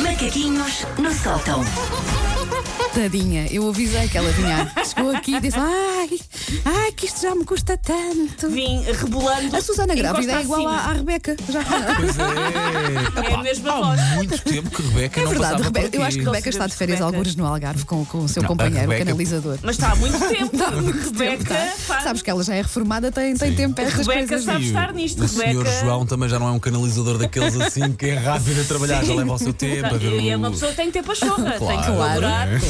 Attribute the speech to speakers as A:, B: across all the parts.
A: Macaquinhos no sótão.
B: Tadinha, eu avisei que ela vinha. Chegou aqui e disse: Ai, ai, que isto já me custa tanto.
C: Vim rebolando.
B: A Susana grávida é igual à, à Rebeca. Já.
D: Pois é.
C: É a mesma voz.
D: Há muito tempo que Rebeca
B: É
D: não
B: verdade,
D: passava
B: Rebeca-
D: por aqui.
B: eu acho que Rebeca
C: Não
B: está de
C: sabemos
B: férias
C: Rebeca.
B: alguns no Algarve com, com o seu
D: Não, a
B: companheiro, o
D: Rebeca-
B: canalizador.
C: Mas está há muito tempo.
B: Há muito tempo,
C: Rebeca,
B: tá?
C: faz-
B: Sabes que ela já é reformada, tem, tem tempo para estas
C: Rebeca
B: coisas.
C: sabe
D: E o-
C: estar nisto,
D: O
C: Rebeca.
D: senhor João também já não é um canalizador daqueles assim que é rápido a trabalhar, já leva o seu tempo a ver
C: E é uma
D: o-
C: pessoa que tem que ter pachorra. tem que
D: Claro,
C: colaborar.
D: né?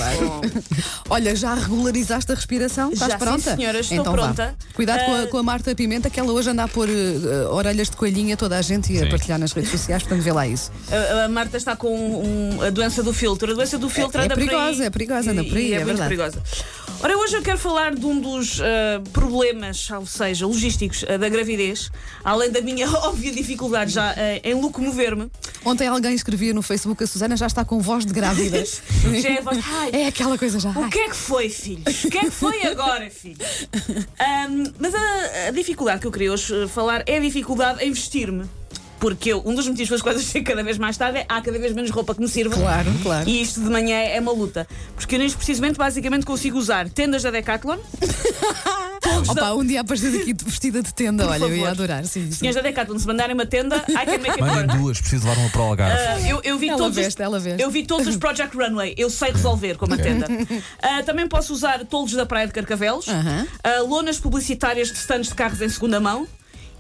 B: Olha, já regularizaste a respiração?
C: Já,
B: Estás
C: sim,
B: pronta?
C: senhora, estou
B: então
C: pronta.
B: Vá. Cuidado com, a,
C: Ah,
B: com a Marta Pimenta, que ela hoje anda a pôr eh, eh, orelhas de coelhinha a toda a gente e a
D: Sim.
B: partilhar nas redes sociais, portanto vê lá isso.
C: A, a Marta está com um- a doença do filtro. A doença do filtro
B: é
C: anda por aí.
B: perigosa, é perigosa, anda
C: E-
B: por aí,
C: e
B: é
C: muito
B: verdade.
C: perigosa. Ora, hoje eu quero falar de um dos ah, problemas, ou seja, logísticos ah, da gravidez, além da minha óbvia dificuldade já ah, em locomover-me.
B: Ontem alguém escrevia no Facebook, a Susana já está com voz de grávida.
C: Já é a voz, "Ai,
B: É aquela coisa já.
C: O que é que foi, filhos? O que é que foi agora, filhos? Ahm, mas a, a dificuldade que eu queria hoje eh, falar é a dificuldade em vestir-me. Porque eu, um dos motivos pelos quais eu chego cada vez mais tarde é há cada vez menos roupa que me sirva.
B: Claro, claro.
C: E isto de manhã é uma luta. Porque eu neste precisamente, basicamente, consigo usar tendas da Decathlon.
B: Opa, um dia a partir daqui de vestida de tenda, olha, eu ia
C: favor.
B: adorar, sim. sim.
C: Senhores da Decathlon, se mandarem uma tenda, é I can make it
D: Mandem
C: work.
D: duas, preciso levar uma para o Algarve.
C: Ah, eu, eu vi
B: Ela
C: todos os,
B: veste, ela veste.
C: Eu vi todos os Project Runway, eu sei resolver como
D: Ok.
C: atenda. Ah, também posso usar tolos da Praia de Carcavelos,
B: Aham.
C: ah, lonas publicitárias de stands de carros em segunda mão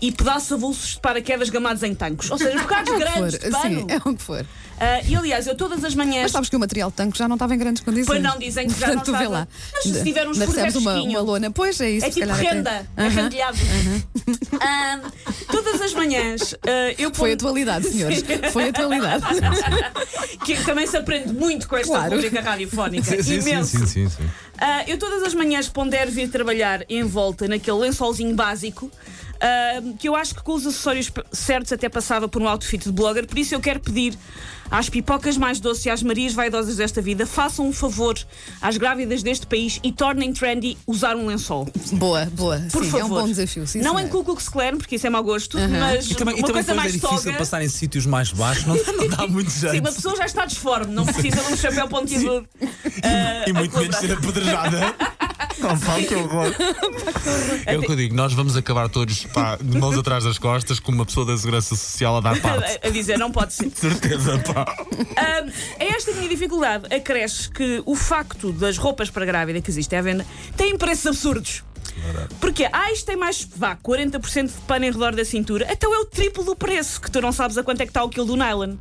C: e pedaços avulsos de paraquedas gamados em tanques. Ou seja, bocados
B: É For,
C: grandes de pano.
B: sim, é o que for.
C: Ah, e aliás, eu todas as manhãs.
B: Mas sabes que o material de tanque já não estava em grandes condições.
C: Pois não, dizem que já
B: Portanto,
C: não
B: tu vê
C: estava.
B: lá.
C: Mas se tiver uns
B: Ainda recebes uma,
C: furgasquinho.
B: uma lona, pois é isso.
C: É
B: se
C: tipo
B: calhar até-
C: renda, é
B: Aham.
C: rendilhado. Ah, todas as manhãs ah, eu
B: Foi
C: ponho-
B: atualidade, senhores. Foi atualidade.
C: que também se aprende muito com esta
B: Claro.
C: pública radiofónica.
D: Sim, sim, sim,
C: Imenso.
D: sim, sim, sim.
C: Ah, eu todas as manhãs pondero vir trabalhar em volta naquele lençolzinho básico. ah, que eu acho que com os acessórios p- certos até passava por um outfit de blogger, por isso eu quero pedir às pipocas mais doces e às Marias vaidosas desta vida, façam um favor às grávidas deste país e tornem trendy usar um lençol.
B: Boa, boa.
C: Por
B: sim,
C: favor.
B: é um bom desafio. Sim,
C: não
B: senhora.
C: em Ku Klux Klan, porque isso é mau gosto, mas
D: E também, e
C: uma coisa
D: também depois
C: mais
D: é difícil
C: toga.
D: passar em sítios mais baixos, não, não dá muito
C: Sim,
D: jeito.
C: uma pessoa já está desforme, não precisa de um chapéu pontiagudo.
D: E, e muito
C: a
D: menos
C: cobrar.
D: ser apedrejada. Não, pá, que horror. É o que eu digo, nós vamos acabar todos pá, de mãos atrás das costas com uma pessoa da Segurança Social a dar parte.
C: A- a dizer, não pode ser.
D: De certeza, pá.
C: Ahm, a esta minha dificuldade acresce que o facto das roupas para grávida que existem à venda têm preços absurdos. Porque, ah, isto tem mais, vá, 40% de pano em redor da cintura, então é o triplo do preço, que tu não sabes a quanto é que está o quilo do nylon.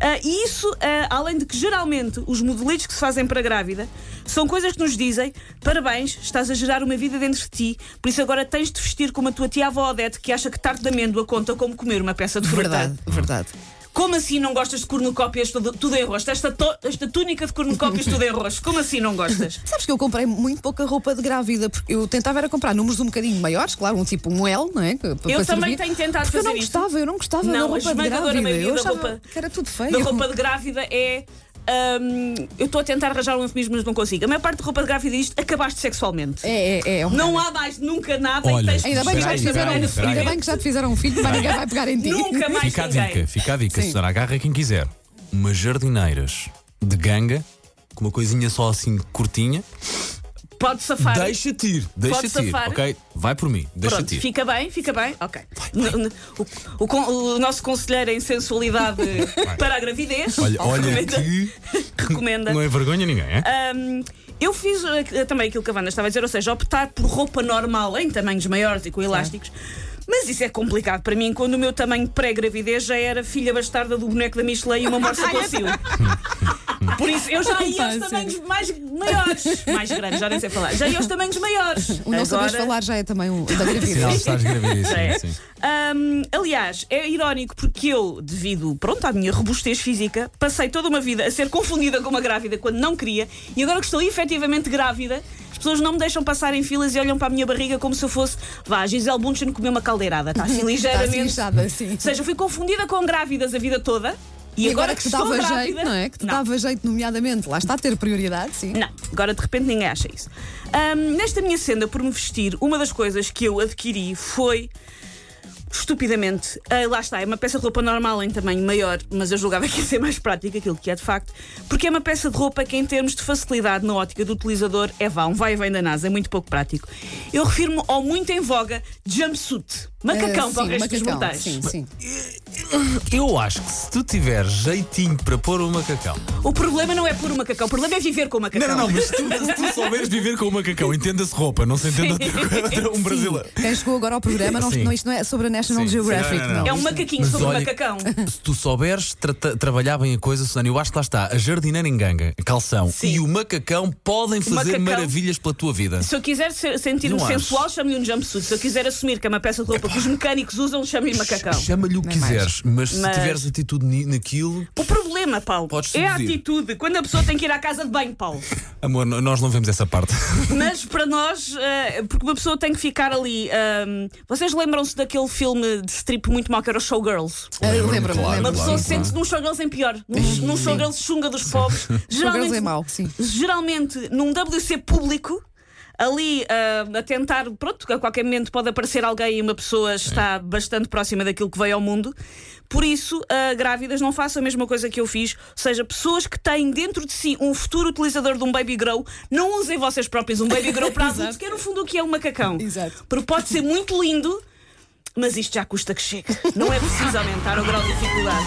C: Ah, e isso, ah, além de que geralmente os modelitos que se fazem para grávida são coisas que nos dizem: parabéns, estás a gerar uma vida dentro de ti, por isso agora tens de vestir como a tua tia avó Odete, que acha que tarte de amêndoa conta como comer uma peça de fruta.
B: Verdade, verdade.
C: Como assim não gostas de cornucópias tudo, tudo em rosto? Esta, to- esta túnica de cornucópias tudo em rosto. Como assim não gostas?
B: Sabes que eu comprei muito pouca roupa de grávida, porque eu tentava era comprar números um bocadinho maiores, claro, um tipo um L, não é? Que- para
C: Eu também
B: servir.
C: tenho tentado
B: Porque eu não
C: fazer isso.
B: gostava, eu não gostava da
C: Não, a
B: roupa de
C: esmagadora
B: grávida.
C: maioria
B: Eu
C: da
B: achava
C: roupa-
B: que era tudo feio.
C: Da roupa de grávida é. hum, eu estou a tentar arranjar um eufemismo, mas não consigo. A maior parte de roupa de grávida diz acabaste sexualmente.
B: É, é, é. um
C: Não há mais nunca nada
D: Olha,
C: e tens
B: Ainda bem, que já te
D: Espera aí,
B: fizeram,
D: espera aí, espera
B: ainda
D: aí.
B: bem que já te fizeram um filho, mas ninguém vai pegar em ti.
C: Nunca mais um
D: Fica a
C: ninguém.
D: dica, fica a dica,
B: Sim.
D: senhora, agarra quem quiser. Umas jardineiras de ganga, com uma coisinha só assim curtinha,
C: Pode safar.
D: deixa-te ir, deixa-te ir,
C: safar.
D: ok? Vai por mim,
C: Pronto,
D: deixa-te ir.
C: fica bem, fica bem. Ok. N- n- O, o con- o nosso conselheiro em sensualidade para a gravidez
D: Olha, olha
C: recomenda.
D: que
C: recomenda.
D: não é vergonha ninguém, é?
C: Hum, eu fiz eh, também aquilo que a Wanda estava a dizer, ou seja, optar por roupa normal em tamanhos maiores e com elásticos. Mas isso é complicado para mim, quando o meu tamanho pré-gravidez já era filha bastarda do boneco da Michelin e uma morsa com cílio. Por isso, eu já ia aos
B: Pá,
C: tamanhos mais maiores. Mais grandes, já nem sei falar. Já ia aos tamanhos maiores.
B: O não saberes
C: Agora-
B: falar já é também um da gravidez.
D: Sinal que estás
C: Já é.
D: gravidíssima, sim.
C: Hum, aliás, é irónico porque eu, devido pronto, à minha robustez física, passei toda uma vida a ser confundida com uma grávida quando não queria e agora que estou efetivamente grávida, as pessoas não me deixam passar em filas e olham para a minha barriga como se eu fosse, vá, a Gisele Bundchen comer uma caldeirada, está assim
B: Está
C: ligeiramente.
B: assim inchada, sim.
C: Ou seja, eu fui confundida com grávidas a vida toda e,
B: E agora que te
C: estou
B: dava
C: grávida,
B: jeito, não é? Que te
C: Não.
B: dava jeito, nomeadamente, lá está a ter prioridade, sim.
C: Não, agora de repente ninguém acha isso. Ahm, nesta minha senda por me vestir, uma das coisas que eu adquiri foi estupidamente. Ah, lá está, é uma peça de roupa normal em tamanho maior, mas eu julgava que ia ser mais prático aquilo que é de facto, porque é uma peça de roupa que, em termos de facilidade na ótica do utilizador, é vá, um vai e vem da NASA, é muito pouco prático. Eu refiro-me ao muito em voga jumpsuit, macacão
B: Ah,
C: para o
B: sim,
C: resto dos
B: macacão,
C: mortais.
B: Sim, sim.
D: Eu acho que se tu tiver jeitinho para pôr um macacão.
C: O problema não é pôr o macacão, o problema é viver com o macacão.
D: Não, não, não, mas tu, se tu souberes viver com um macacão, entenda-se roupa, não se entenda outra coisa, um brasileiro.
B: Sim. Quem chegou agora ao programa, não,
D: Sim.
B: não, isto não é sobre a National
D: Sim.
B: Geographic.
D: Não, não, não.
C: É um
B: Isto-
C: macaquinho
D: Mas
C: sobre
D: olha-
C: um macacão.
D: Se tu souberes trata- trabalhar bem a coisa, Susana, eu acho que lá está, a jardineira em ganga, a calção
C: Sim.
D: e o macacão podem fazer
C: macacão-
D: maravilhas pela tua vida.
C: Se eu quiser ser- sentir-me
D: Não acho.
C: sensual, chame-lhe um jumpsuit. Se eu quiser assumir que é uma peça de roupa que os mecânicos usam, chame-lhe macacão.
D: Chama-lhe o que
B: Nem mais.
D: quiseres, mas, se
C: Mas-
D: tiveres atitude ni- naquilo,
C: O problema, Paulo,
D: Podes
C: é a
D: seduzir.
C: atitude. Quando a pessoa tem que ir à casa de banho, Paulo.
D: amor, n- nós não vemos essa parte.
C: Mas para nós, eh, porque uma pessoa tem que ficar ali. ehm, vocês lembram-se daquele filme de strip muito mau que era o Showgirls?
B: Ah, eu
D: Lembro-me,
B: lembro-me,
D: claro,
B: lembro-me.
C: Uma
D: claro,
C: pessoa sente-se num Showgirls em pior. Num, num Showgirls chunga dos pobres.
B: Showgirls é mau, sim.
C: geralmente num WC público. Ali ah, a tentar, pronto, a qualquer momento pode aparecer alguém e uma
B: É.
C: pessoa está bastante próxima daquilo que veio ao mundo. Por isso, ah, grávidas não façam a mesma coisa que eu fiz. Ou seja, pessoas que têm dentro de si um futuro utilizador de um baby grow, não usem vocês próprios um baby grow para adultos, que é no fundo o que é um macacão.
B: Exato.
C: Porque pode ser muito lindo, mas isto já custa que chegue. Não é preciso aumentar o grau de dificuldade.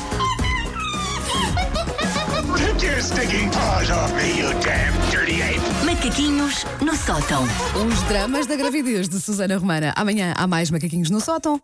E: Take your stinking paws off me, you damn dirty ape!
A: Macaquinhos no sótão.
B: Os dramas da gravidez de Susana Romana. Amanhã há mais macaquinhos no sótão.